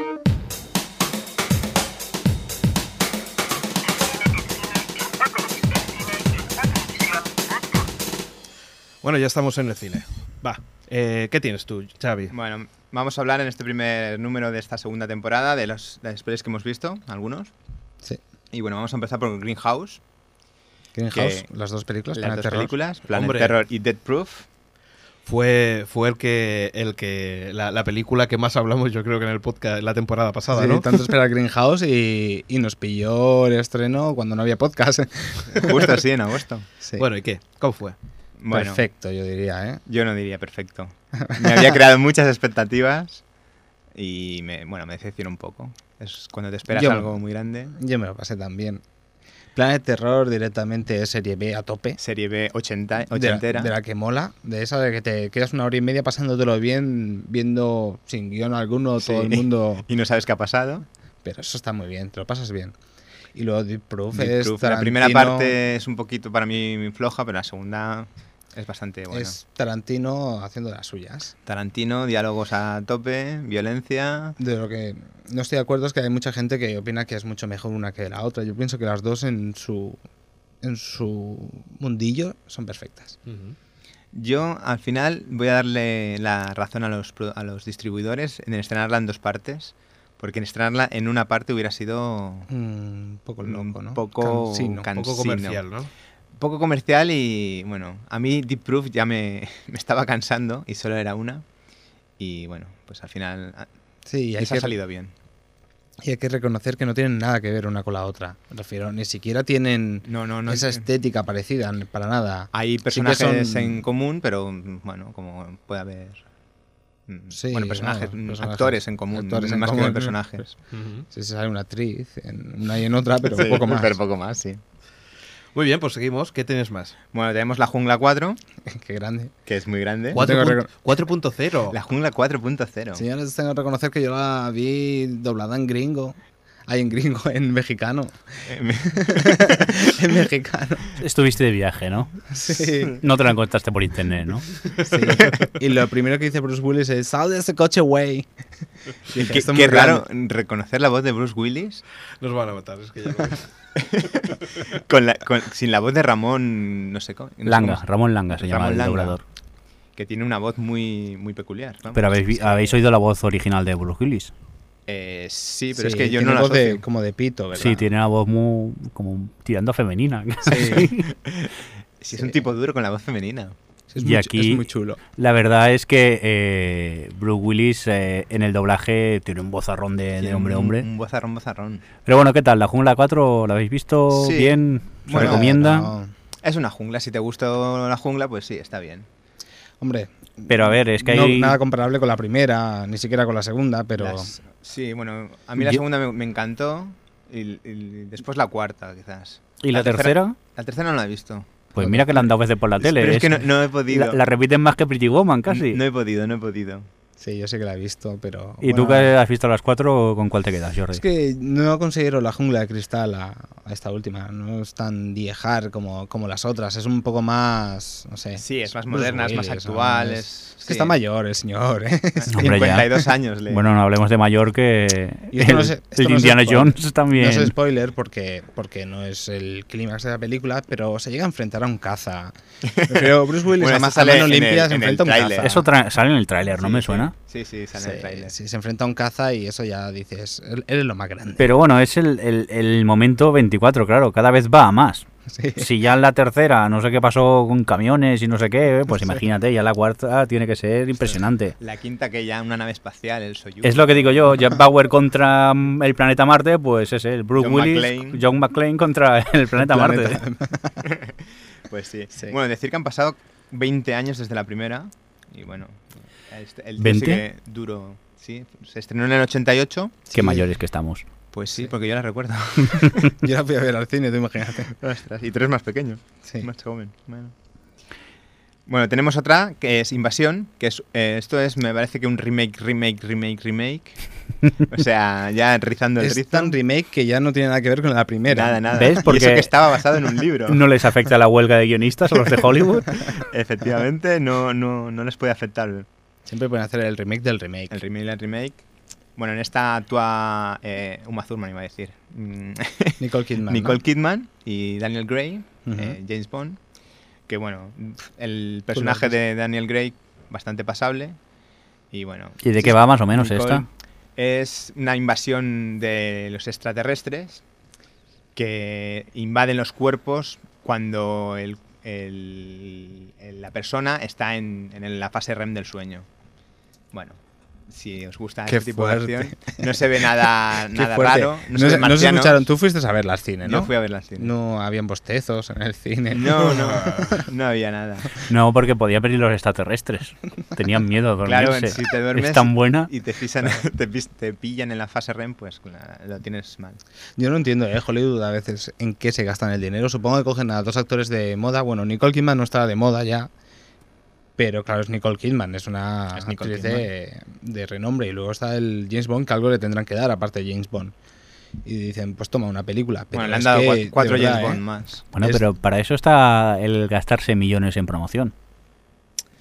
Bueno, ya estamos en el cine. Va, eh, ¿qué tienes tú, Xavi?
Bueno, vamos a hablar en este primer número de esta segunda temporada de los, de las pelis que hemos visto, algunos.
Sí.
Y bueno, vamos a empezar por Greenhouse,
Greenhouse,
que-
las dos películas.
las
Planet
dos
Terror.
películas, Planet
Hombre.
Terror y Dead Proof.
Fue, fue el que, el que la, la película que más hablamos yo creo que en el podcast la temporada pasada,
Sí,
¿no?
tanto esperar Greenhouse y, y nos pilló el estreno cuando no había podcast.
Justo así, en agosto.
Sí.
Bueno, ¿y qué? ¿Cómo fue?
Bueno,
Perfecto, yo diría, ¿eh?
yo no diría perfecto. Me había creado muchas expectativas y me, bueno, me decepcionó un poco. Es cuando te esperas
Yo-
algo muy grande.
Yo me lo pasé también. Planet Terror directamente es serie B a tope.
Serie B 80,
de la-
ochentera.
De, la que mola, de esa de que te quedas una hora y media pasándotelo bien, viendo sin guión alguno
Sí.
todo el mundo.
Y no sabes qué ha pasado.
Pero eso está muy bien, te lo pasas bien. Y luego Deep Proof
Deep
es
Proof. La primera
Tarantino-
parte es un poquito para mí floja, pero la segunda es bastante buena.
es Tarantino haciendo las suyas.
Tarantino, diálogos a tope, violencia.
De lo que no estoy de acuerdo es que hay mucha gente que opina que es mucho mejor una que la otra. Yo pienso que las dos en su en su mundillo son perfectas.
Yo al final voy a darle la razón a los, pro- a los distribuidores en estrenarla en dos partes, porque en estrenarla en una parte hubiera sido
Un poco
Un
loco, ¿no?
poco
Cansino.
can-
Un poco
Cansino.
comercial, ¿no?
poco comercial y bueno, a mí Deep Proof ya me, me estaba cansando y solo era una. Y bueno, pues al final a-
Sí, y hay
les ha
que-
salido bien.
Y hay que reconocer que no tienen nada que ver una con la otra. Me refiero, ni siquiera tienen
No, no, no.
esa estética parecida n- para nada.
Hay
que son-
personajes en común, pero mm, bueno, como puede haber. mm,
Sí,
bueno, personajes,
no,
mm,
personajes.
actores en común,
Actores en
más que
común.
personajes.
Sí, se sale una actriz en una y en otra, pero
Sí,
un poco más.
Pero poco más, sí.
Muy bien, pues seguimos. ¿Qué tienes más?
Bueno, tenemos la Jungla 4,
Qué grande.
que es muy grande.
What? tengo
Cuatro pun-
recor-
4.0.
La Jungla 4.0.
Señores, tengo que reconocer que yo la vi doblada en gringo. Hay en gringo, en mexicano.
Eh, me-
en mexicano.
Estuviste de viaje, ¿no?
Sí.
No te la encontraste por internet, ¿no?
sí. Y lo primero que dice Bruce Willis es: sal de ese coche, güey. Y dije,
Qué,
"Esto es
qué
muy
raro
grande".
reconocer la voz de Bruce Willis
Nos van a matar, es que ya lo ves.
con la- con- sin la voz de Ramón, no sé cómo. no sé
Langa,
cómo
Ramón Langa se llama
Ramón
el
Langa.
doblador.
se- que tiene una voz muy, muy peculiar. vamos.
Pero habéis, vi- habéis oído la voz original de Bruce Willis.
Eh, sí, pero
Sí,
es que yo
tiene
no la
voz de-
asocio.
como de pito,
Pues
¿verdad?
Sí, tiene una voz muy como tirando a femenina.
Si
Sí.
es un tipo duro con la voz femenina.
Es
Y
muy, chu-
aquí-
es muy chulo.
La verdad es que eh, Bruce Willis eh, en el doblaje tiene un vozarrón de, de
Tiene
hombre a
un-
hombre.
Un bozarrón, bozarrón.
Pero bueno, ¿qué tal? ¿La Jungla 4 la habéis visto
Sí.
bien? ¿Se
Bueno,
recomienda?
no.
Es una jungla, si te gusta la jungla, pues sí, está bien.
Hombre,
Pero a ver, es que
no,
hay...
nada comparable con la primera, ni siquiera con la segunda, pero
Las- sí, bueno, a mí la
Yo-
segunda me, me encantó y, y después la cuarta, quizás.
¿Y la tercera?
La tercera no la he visto.
Pues mira que la han dado veces por la tele.
Pero es que no,
es-
no he podido.
la, la repiten más que Pretty Woman, casi.
No he podido, no he podido.
sí, yo sí que la he visto, pero...
¿Y tú
bueno,
que has visto las cuatro, con cuál te quedas, Jordi?
Es que no considero la jungla de cristal a, a esta última, no es tan viejar como, como las otras, es un poco más, no sé...
Pues Sí, es más
Bruce
moderna, es más
Willis, ¿no?
actual,
Es,
es-
es que
sí.
está mayor el señor, ¿eh?
Hombre, ya.
52 años le.
Bueno, no hablemos de mayor que
Y esto
el,
no es- esto
el
no es
Indiana
spoiler.
Jones también.
No es spoiler porque, porque no es el clímax de la película, pero se llega a enfrentar a un caza. Pero Bruce Willis
Bueno,
a, ma-
esto
a
sale
mano
en el-
limpia se
en el
enfrenta a un
tráiler.
caza.
Eso tra- sale en el tráiler, ¿no
Sí,
me
sí.
suena?
Sí, sí, sale en el
Sí,
trailer.
sí, se enfrenta a un caza y eso ya dices, él, él es lo más grande.
Pero bueno, es el, el- el momento 24, claro, cada vez va a más.
Sí.
Si ya en la tercera no sé qué pasó con camiones y no sé qué, pues imagínate, ya la cuarta tiene que ser impresionante.
La quinta que ya una nave espacial, el Soyuz.
Es lo que digo yo, Jack Bauer contra mm, el planeta Marte, pues es el Bruce
John
Willis,
McClane.
John McClane contra el planeta Marte.
Pues sí.
Sí.
Bueno, decir que han pasado 20 años desde la primera. Y bueno, este- el tío
¿20?
sigue duro. Sí, se estrenó en el 88.
Qué mayores que estamos.
Pues sí, porque yo la recuerdo.
Yo la fui a ver al cine, tú imagínate.
Ostras, y tres más pequeños.
Sí.
Más joven. Bueno. Bueno, tenemos otra que es Invasión, que es eh, esto es me parece que un remake, remake, remake, remake. O sea, ya rizando el
Es
rizo.
tan remake que ya no tiene nada que ver con la primera.
Nada, nada.
¿Ves?
Y
Porque-
eso que estaba basado en un libro.
¿No les afecta la huelga de guionistas a los de Hollywood?
Efectivamente, no, no, no les puede afectar
Siempre pueden hacer el remake del remake.
El remake del remake. Bueno, en esta actúa eh, Uma Thurman, iba a decir. Mm,
Nicole Kidman.
Nicole Kidman y Daniel Gray,
Ujú.
eh, James Bond. Que bueno,
Pues
el personaje
has visto.
de Daniel Gray, bastante pasable. Y bueno.
¿Y de qué va más o menos
Nicole
esta?
Es una invasión de los extraterrestres que invaden los cuerpos cuando el- el- el- la persona está en, en la fase REM del sueño. Bueno, si os gusta
Qué
este tipo de
fuerte.
acción, no se ve nada,
Qué
nada
fuerte.
raro. se ven
No, se, no se
marcianos.
escucharon, tú fuiste a verla al cine, ¿no?
Yo fui a verla al cine.
No habían bostezos en el cine.
No, no, no había nada.
No, porque podía pedir los extraterrestres. Tenían miedo a dormirse.
Claro, si te duermes
es tan buena.
y te, pisan- te, pis- te pillan en la fase REM, pues claro, lo tienes mal.
Yo no entiendo, ¿eh? Hollywood a veces en qué se gastan el dinero. Supongo que cogen a dos actores de moda. Bueno, Nicole Kidman no estaba de moda ya. Pero claro, es Nicole Kidman, es una
Es Nicole
actriz de, de renombre. Y luego está el James Bond, que algo le tendrán que dar, aparte de James Bond. Y dicen, pues toma una película. Pero
Bueno, le han
es
dado
que,
cua-
de
cuatro
verdad,
James Bond
¿eh?
más.
Bueno,
Es-
pero para eso está el gastarse millones en promoción.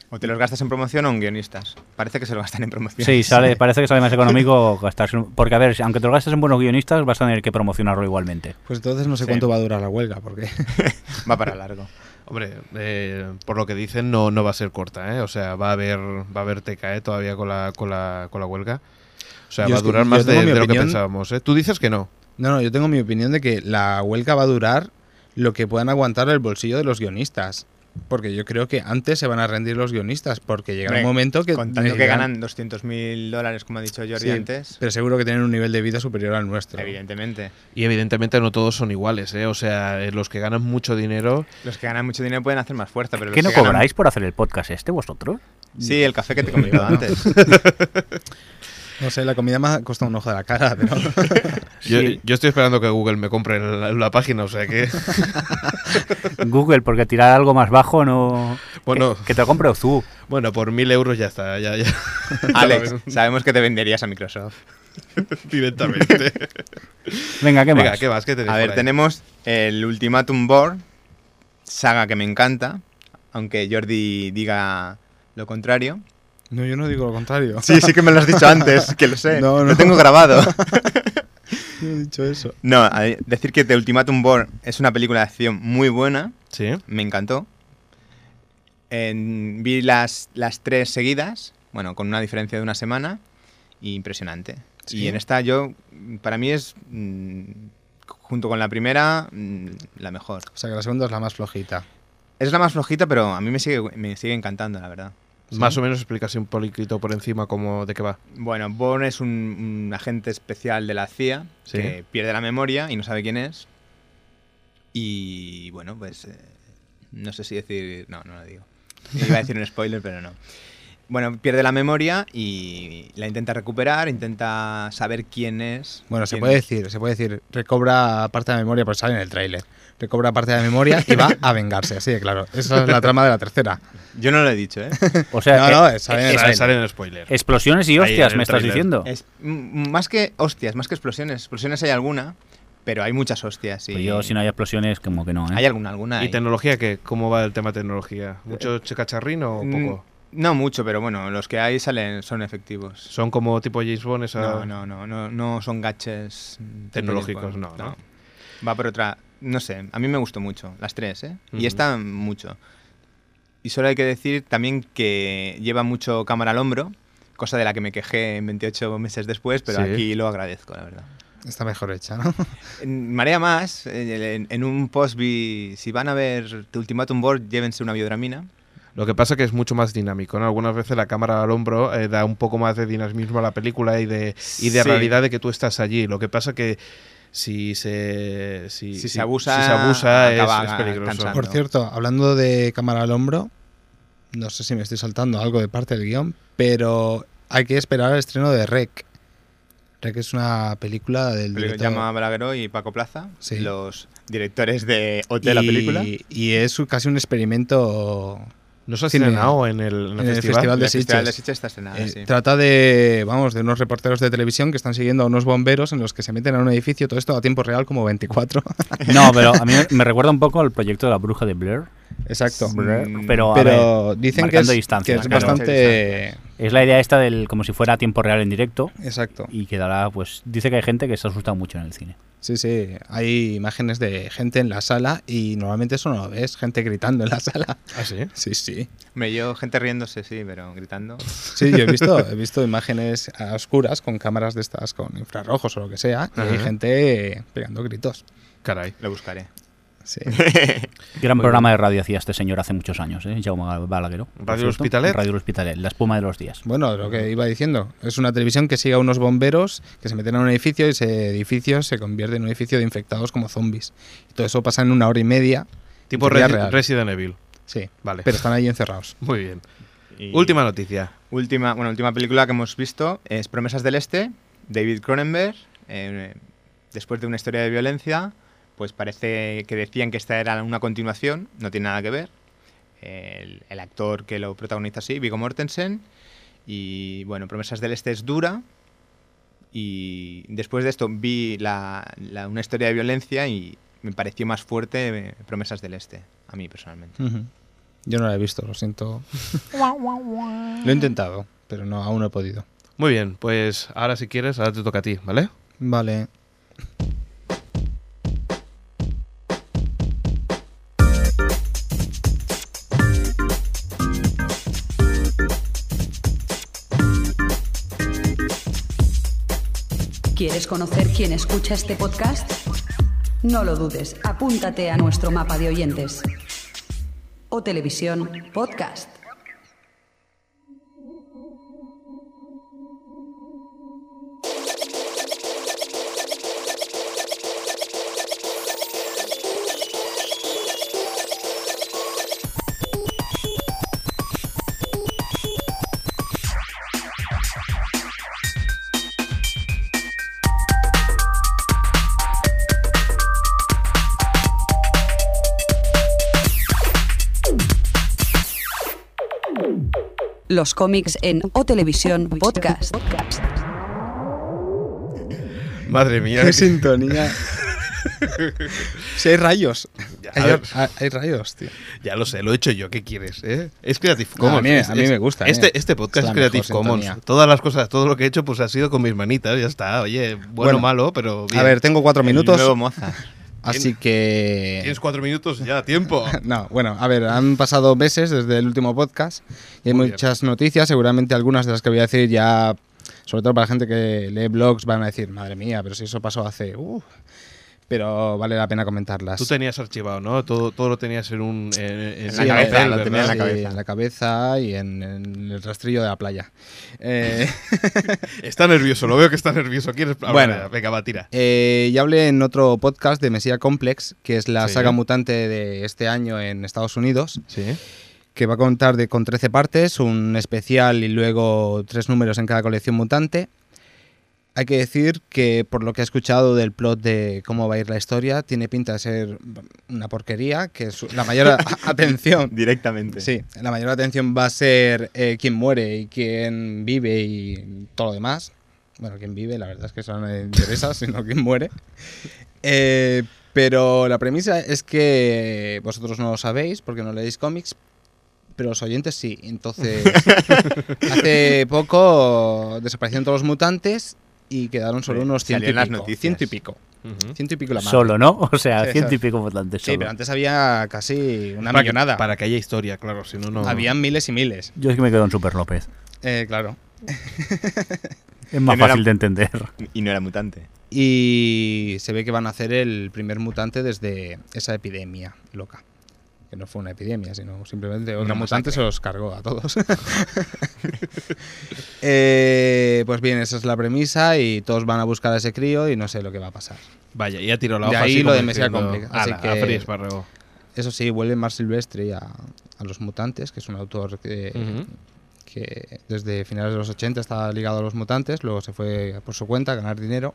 O te los gastas en promoción o en guionistas. Parece que se lo gastan en promoción.
Sí, sale, parece que sale más económico gastarse. un- Porque, a ver, aunque te lo gastes en buenos guionistas, vas a tener que promocionarlo igualmente.
Pues entonces no sé
Sí.
cuánto va a durar la huelga, porque
Va para largo.
Hombre, eh, por lo que dicen, no, no va a ser corta, ¿eh? O sea, va a haber, va a haber TKE todavía con la, con la, con la huelga. O sea,
Yo
va a
es que-
durar
yo
más de,
tengo mi
de lo que
opinión.
pensábamos, ¿eh? Tú dices que no.
No, no, yo tengo mi opinión de que la huelga va a durar lo que puedan aguantar el bolsillo de los guionistas. Porque yo creo que antes se van a rendir los guionistas, porque llegará
Hombre,
un momento que.
Contando que
necesitarán-
ganan 200.000 dólares, como ha dicho Jordi
Sí,
antes,
Pero seguro que tienen un nivel de vida superior al nuestro.
evidentemente.
Y evidentemente no todos son iguales, ¿eh? O sea, eh, los que ganan mucho dinero.
Los que ganan mucho dinero pueden hacer más fuerza, pero
¿Qué
los
no
que ganan-
cobráis por hacer el podcast este vosotros?
Sí, el café que te he comentado antes.
No sé, la comida me ha costado un ojo de la cara, pero.
Yo,
Sí.
yo estoy esperando que Google me compre la, la página, o sea que.
Google, porque tirar algo más bajo no.
Bueno.
Que, que te lo compre Ozu.
Bueno, por mil euros ya está, ya, ya.
Alex, sabemos que te venderías a Microsoft.
directamente.
Venga, ¿qué más?
Venga, ¿qué más? ¿Qué tenéis
A ver,
por ahí?
tenemos el Ultimatum Board, saga que me encanta, aunque Jordi diga lo contrario.
No, yo no digo lo contrario.
Sí, sí que me lo has dicho antes, que lo sé.
No, no.
Lo tengo grabado.
Yo no he dicho eso.
No, a ver, decir que The Ultimatum Board es una película de acción muy buena,
Sí.
me encantó. En- vi las, las tres seguidas, bueno, con una diferencia de una semana, y impresionante.
Sí.
Y en esta yo, para mí es, mm, junto con la primera, mm, la mejor.
O sea que la segunda es la más flojita.
Es la más flojita, pero a mí me sigue, me sigue encantando, la verdad.
Más o menos explicarse un poquito por encima cómo, de qué va.
Bueno, Bourne es un, un agente especial de la CIA
Sí.
que pierde la memoria y no sabe quién es. Y bueno, pues eh, no sé si decir... No, no lo digo. Iba a decir un spoiler, pero no. Bueno, pierde la memoria y la intenta recuperar, intenta saber quién es.
Bueno, se
quién-
puede decir, se puede decir, recobra parte de la memoria, pues sale en el tráiler. Recobra parte de la memoria y va a vengarse, así de claro. Esa es la trama de la tercera.
Yo no lo he dicho, ¿eh?
O sea,
No,
que-
no, es- sale en el
Esa
tráiler.
sale en el spoiler.
explosiones
Ahí
y
en
hostias,
el
me estás
tráiler. Eh,
diciendo.
Es- m- m- más que hostias, más que explosiones. Explosiones hay alguna, pero hay muchas hostias. Y
Pero Pues yo, si no hay explosiones, como que no. ¿eh?
Hay alguna, alguna.
¿Y
hay.
tecnología qué? ¿Cómo va el tema tecnología? ¿Mucho checacharrín o
Mm,
poco?
No mucho, pero bueno, los que hay salen son efectivos.
¿Son como tipo James Bond? Esa...
No, no, no, no, no son gaches mm,
Tecnológicos,
tipo,
no, no.
Va por otra, no sé, a mí me gustó mucho, las tres, ¿eh?
Ujú.
Y esta mucho. Y solo hay que decir también que lleva mucho cámara al hombro, cosa de la que me quejé 28 meses después, pero
Sí.
aquí lo agradezco, la verdad.
Está mejor hecha, ¿no?
En- Marea más, eh, en, en un post vi, si van a ver The Ultimatum Board, llévense una biodramina.
Lo que pasa que es mucho más dinámico, ¿no? Algunas veces la cámara al hombro eh, da un poco más de dinamismo a la película y de, y de
Sí.
realidad de que tú estás allí. Lo que pasa que si se, si,
Si se
si-
abusa,
si se abusa es,
acaba
es peligroso.
cansando.
Por
no.
cierto, hablando de cámara al hombro, no sé si me estoy saltando algo de parte del guión, pero hay que esperar al estreno de Rec. Rec es una película del
Lo
director-
llama Balagueró y Paco Plaza,
Sí.
los directores de OT de la
y-
película.
Y es casi un experimento.
¿No se ha
Cine.
estrenado en el, en el
En el
festival?
festival. de
El Festival
Sitges.
de Sitges este está estrenada,
Eh,
Ah, sí.
Trata de, vamos, de unos reporteros de televisión que están siguiendo a unos bomberos en los que se meten a un edificio, todo esto a tiempo real como 24.
No, pero a mí me recuerda un poco al proyecto de la bruja de Blair.
Exacto.
Mm,
Pero, a
Pero dicen que es,
marcando distancia,
que es
marcando
bastante...
ver, es la idea esta del como si fuera a tiempo real en directo.
Exacto.
Y quedará, pues, dice que hay gente que se asusta mucho en el cine.
Sí, sí. Hay imágenes de gente en la sala y normalmente eso no lo ves, gente gritando en la sala.
Ah, sí.
Sí, sí.
Me yo gente riéndose, sí, pero gritando.
Sí, yo he visto, he visto imágenes a oscuras con cámaras de estas, con infrarrojos o lo que sea, y hay
Ajá.
gente pegando gritos.
Caray.
Lo buscaré.
Sí.
Gran
Muy
programa de radio hacía este señor hace muchos años, ¿eh? Jaume Balagueró. por
Radio
cierto.
Hospitalet.
Radio Hospitalet, la espuma de los días.
Bueno, lo que iba diciendo, es una televisión que sigue a unos bomberos que se meten en un edificio y ese edificio se convierte en un edificio de infectados como zombies. Y todo eso pasa en una hora y media.
Tipo
en vida
Resi-
real.
Resident Evil.
Sí,
Vale.
pero están ahí encerrados.
Muy bien.
Y
Última noticia.
Última, bueno, última película que hemos visto es Promesas del Este, David Cronenberg. eh, después de una historia de violencia, pues parece que decían que esta era una continuación, no tiene nada que ver. El, el actor que lo protagoniza sí, Vigo Mortensen. Y bueno, Promesas del Este es dura. Y después de esto vi la- la- una historia de violencia y me pareció más fuerte eh, Promesas del Este, a mí personalmente.
Ujú. Yo no la he visto, lo siento. Lo he intentado, pero no, aún no he podido.
Muy bien, pues ahora si quieres, ahora te toca a ti, ¿vale?
Vale.
¿Quieres conocer quién escucha este podcast? No lo dudes, apúntate a nuestro mapa de oyentes. O Televisión Podcast. Los cómics en O Televisión Podcast.
Madre mía.
¡Qué sintonía! si hay rayos.
Ya,
Hay,
a ver.
hay- hay rayos, tío.
Ya lo sé, lo he hecho yo, ¿qué quieres? eh? Es Creative
No, a
Commons.
mí- a
es-
mí
es-
me gusta,
Este,
eh.
este podcast
Es
es
la mejor
Creative Commons.
sintonía.
Todas las cosas, todo lo que he hecho, pues ha sido con mis manitas, ya está. Oye, bueno,
Bueno,
malo, pero. bien.
A ver, tengo cuatro minutos,
El nuevo Mozart.
así que...
Tienes cuatro minutos ya, tiempo.
No, bueno, a ver, han pasado meses desde el último podcast y hay
Muy bien.
muchas noticias, seguramente algunas de las que voy a decir ya, sobre todo para la gente que lee blogs, van a decir, madre mía, pero si eso pasó hace... uh". pero vale la pena comentarlas.
Tú tenías archivado, ¿no? Todo, todo lo tenías en un. En, en-
la
en
cabeza,
papel,
lo
¿verdad?
tenía en la
Sí,
cabeza.
en la cabeza y en, en el rastrillo de la playa. Eh,
Está nervioso, lo veo que está nervioso. ¿Quieres hablar?
Bueno.
venga, va, tira.
eh, ya hablé en otro podcast de Mesía Complex, que es la
Sí.
saga mutante de este año en Estados Unidos.
Sí.
que va a contar de, con 13 partes, un especial y luego tres números en cada colección mutante. Hay que decir que por lo que he escuchado del plot de cómo va a ir la historia, tiene pinta de ser una porquería, que es la mayor a- atención.
Directamente.
Sí, la mayor atención va a ser eh, quién muere y quién vive y todo lo demás. Bueno, quién vive, la verdad es que eso no me interesa, sino quién muere. Eh, pero la premisa es que vosotros no lo sabéis porque no leéis cómics, pero los oyentes sí. Entonces, hace poco desaparecieron todos los mutantes y quedaron solo
Sí,
unos ciento y
salían las
pico,
noticias.
Ciento y pico.
¿Mm?
Ciento y pico la madre.
Solo, ¿no? O sea,
Sí,
ciento y
eso.
pico votantes
Sí,
solo.
pero antes había casi una
para
millonada.
Que, para que haya historia, claro, si no, no.
Habían miles y miles.
Yo es que me quedo en Super López.
Eh, claro.
Es más
Que no era-
fácil de entender.
Y no era mutante.
Y se ve que van a hacer el primer mutante desde esa epidemia loca. Que no fue una epidemia, sino simplemente otro
Una
mutante se los cargó a todos. Eh, pues bien, esa es la premisa y todos van a buscar a ese crío y no sé lo que va a pasar.
Vaya, ya tiró la
De
hoja.
ahí
así
lo
como
de Mesía
diciendo,
Complex, así
"Ala, a
que-
freír espárrago".
Eso sí, vuelve Mar Silvestri a, a Los Mutantes, que es un autor que,
Ujú.
que desde finales de los 80 estaba ligado a Los Mutantes, luego se fue por su cuenta a ganar dinero.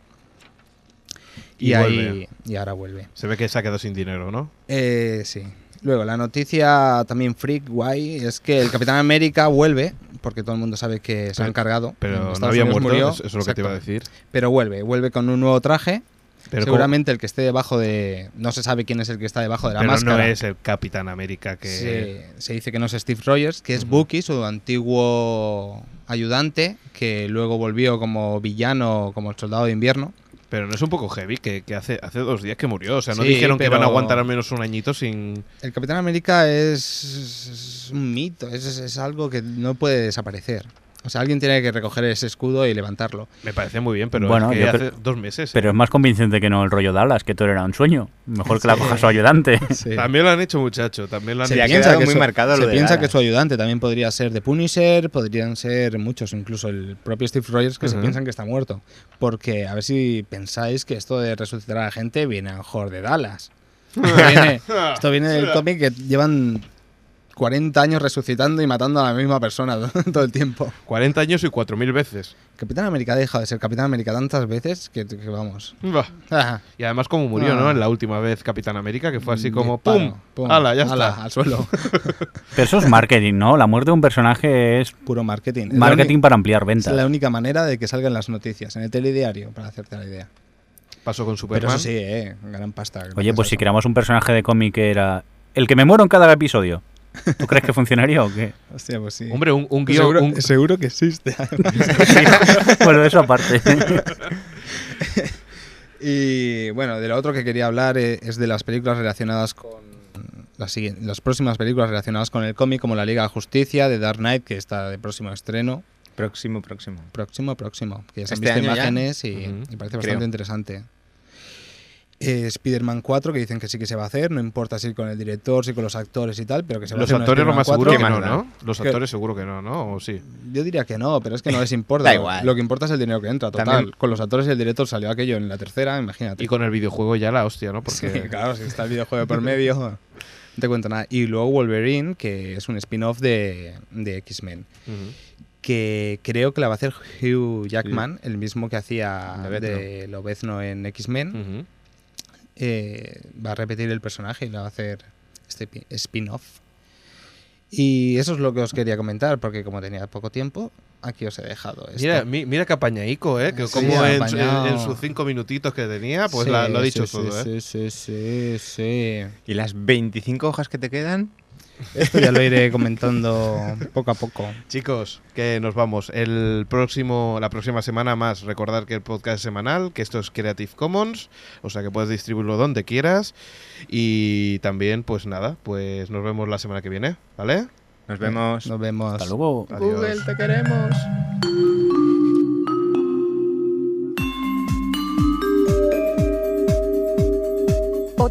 Y
Y, ahí,
vuelve.
y ahora vuelve.
Se ve que se ha quedado sin dinero, ¿no?
Eh, sí. Luego, la noticia también freak, guay, es que el Capitán América vuelve, porque todo el mundo sabe que se lo han cargado.
Pero
Estados
no había
Unidos
muerto,
murió,
eso es lo que te iba a
exacto.
decir.
Pero vuelve, vuelve con un nuevo traje.
Pero como-
Seguramente el que esté debajo de... No se sabe quién es el que está debajo de la
pero
máscara.
no es el Capitán América que.
se, se dice que no es Steve Rogers, que es
Ujú.
Bucky, su antiguo ayudante, que luego volvió como villano, como el soldado de invierno.
Pero no es un poco heavy que, que hace, hace dos días que murió. O sea, no
Sí,
dijeron que
pero-
van a aguantar al menos un añito sin.
El Capitán América es, es un mito, es, es- es algo que no puede desaparecer. O sea, alguien tiene que recoger ese escudo y levantarlo.
Me parece muy bien, pero
Bueno,
es que
yo
hace
creo-
dos meses.
Pero es más convincente que no el rollo Dallas, que todo era un sueño. Mejor que la coja su ayudante.
También lo han hecho, muchacho. También lo han
Se
hecho.
ha quedado muy marcado
se
lo de
piensa
Dallas.
que su ayudante también podría ser de Punisher, podrían ser muchos, incluso el propio Steve Rogers, que se
Ujú.
piensan que está muerto. Porque a ver si pensáis que esto de resucitar a la gente viene a lo mejor de Dallas. Esto viene, esto viene del cómic que llevan 40 años resucitando y matando a la misma persona todo el tiempo.
40 años y 4.000 veces.
Capitán América ha dejado de ser Capitán América tantas veces que, que vamos.
Bah.
Ah,
Y además, como murió,
Ah.
¿no? En la última vez Capitán América, que
Mm,
fue así como
disparo,
¡pum! ¡Hala, ya está!
Al suelo.
Pero eso es marketing, ¿no? La muerte de un personaje es
Puro marketing. Es la
marketing
uni-
para ampliar
Es la
ventas.
única manera de que salgan las noticias en el telediario, para hacerte la idea.
Pasó con
Pero
Superman.
eso sí, eh, gran pasta.
Oye, pues si
que
creamos un personaje de cómic que era el que me muero en cada episodio, ¿tú crees que funcionaría o qué?
Hostia, pues sí.
Hombre, un, un guión.
seguro,
un-
seguro que existe.
Bueno, eso aparte.
y bueno, de lo otro que quería hablar eh, es de las películas relacionadas con. Las, siguien- las próximas películas relacionadas con el cómic, como La Liga de la Justicia, de Dark Knight, que está de próximo estreno.
Próximo, próximo.
Próximo, próximo. Que ya se han
Este
visto
año ya.
imágenes y,
Ujú,
y
creo.
parece bastante interesante. Eh, Spider-Man 4, que dicen que sí que se va a hacer, no importa si con el director, si con los actores y tal, pero que se va a
Los
hacer. un
actores lo más seguro
Spider-Man
que
4.
no,
¿Qué
¿no? Los
¿Qué?
actores seguro que no, ¿no? O sí.
Yo diría que no, pero es que no les importa.
Da igual.
Lo que importa es el dinero que entra, total.
También-
Con los actores y el director salió aquello en la tercera, imagínate.
Y con el videojuego ya la hostia, ¿no? Porque
Sí, claro, si está el videojuego por medio, no te cuento nada. Y luego Wolverine, que es un spin-off de, de X-Men,
Ujú.
que creo que la va a hacer Hugh Jackman, el mismo que hacía
Lobezno.
de Lobezno en X-Men.
Ujú.
eh, va a repetir el personaje y le va a hacer este pi- spin-off. Y eso es lo que os quería comentar, porque como tenía poco tiempo, aquí os he dejado esto.
Mira, mi- mira que apañaico, ¿eh? Que
Sí,
como en, su-
apañado.
en sus cinco minutitos que tenía, pues
Sí,
la- lo ha
sí,
dicho
sí,
todo, ¿eh?
Sí, sí, sí, sí.
¿Y las 25 hojas que te quedan?
Esto ya lo iré comentando poco a poco.
Chicos, que nos vamos. El próximo, la próxima semana más, recordar que el podcast es semanal, que esto es Creative Commons, o sea que puedes distribuirlo donde quieras. Y también, pues nada, pues nos vemos la semana que viene, ¿vale?
Nos vemos.
Nos vemos.
Hasta luego.
Adiós.
te queremos.
O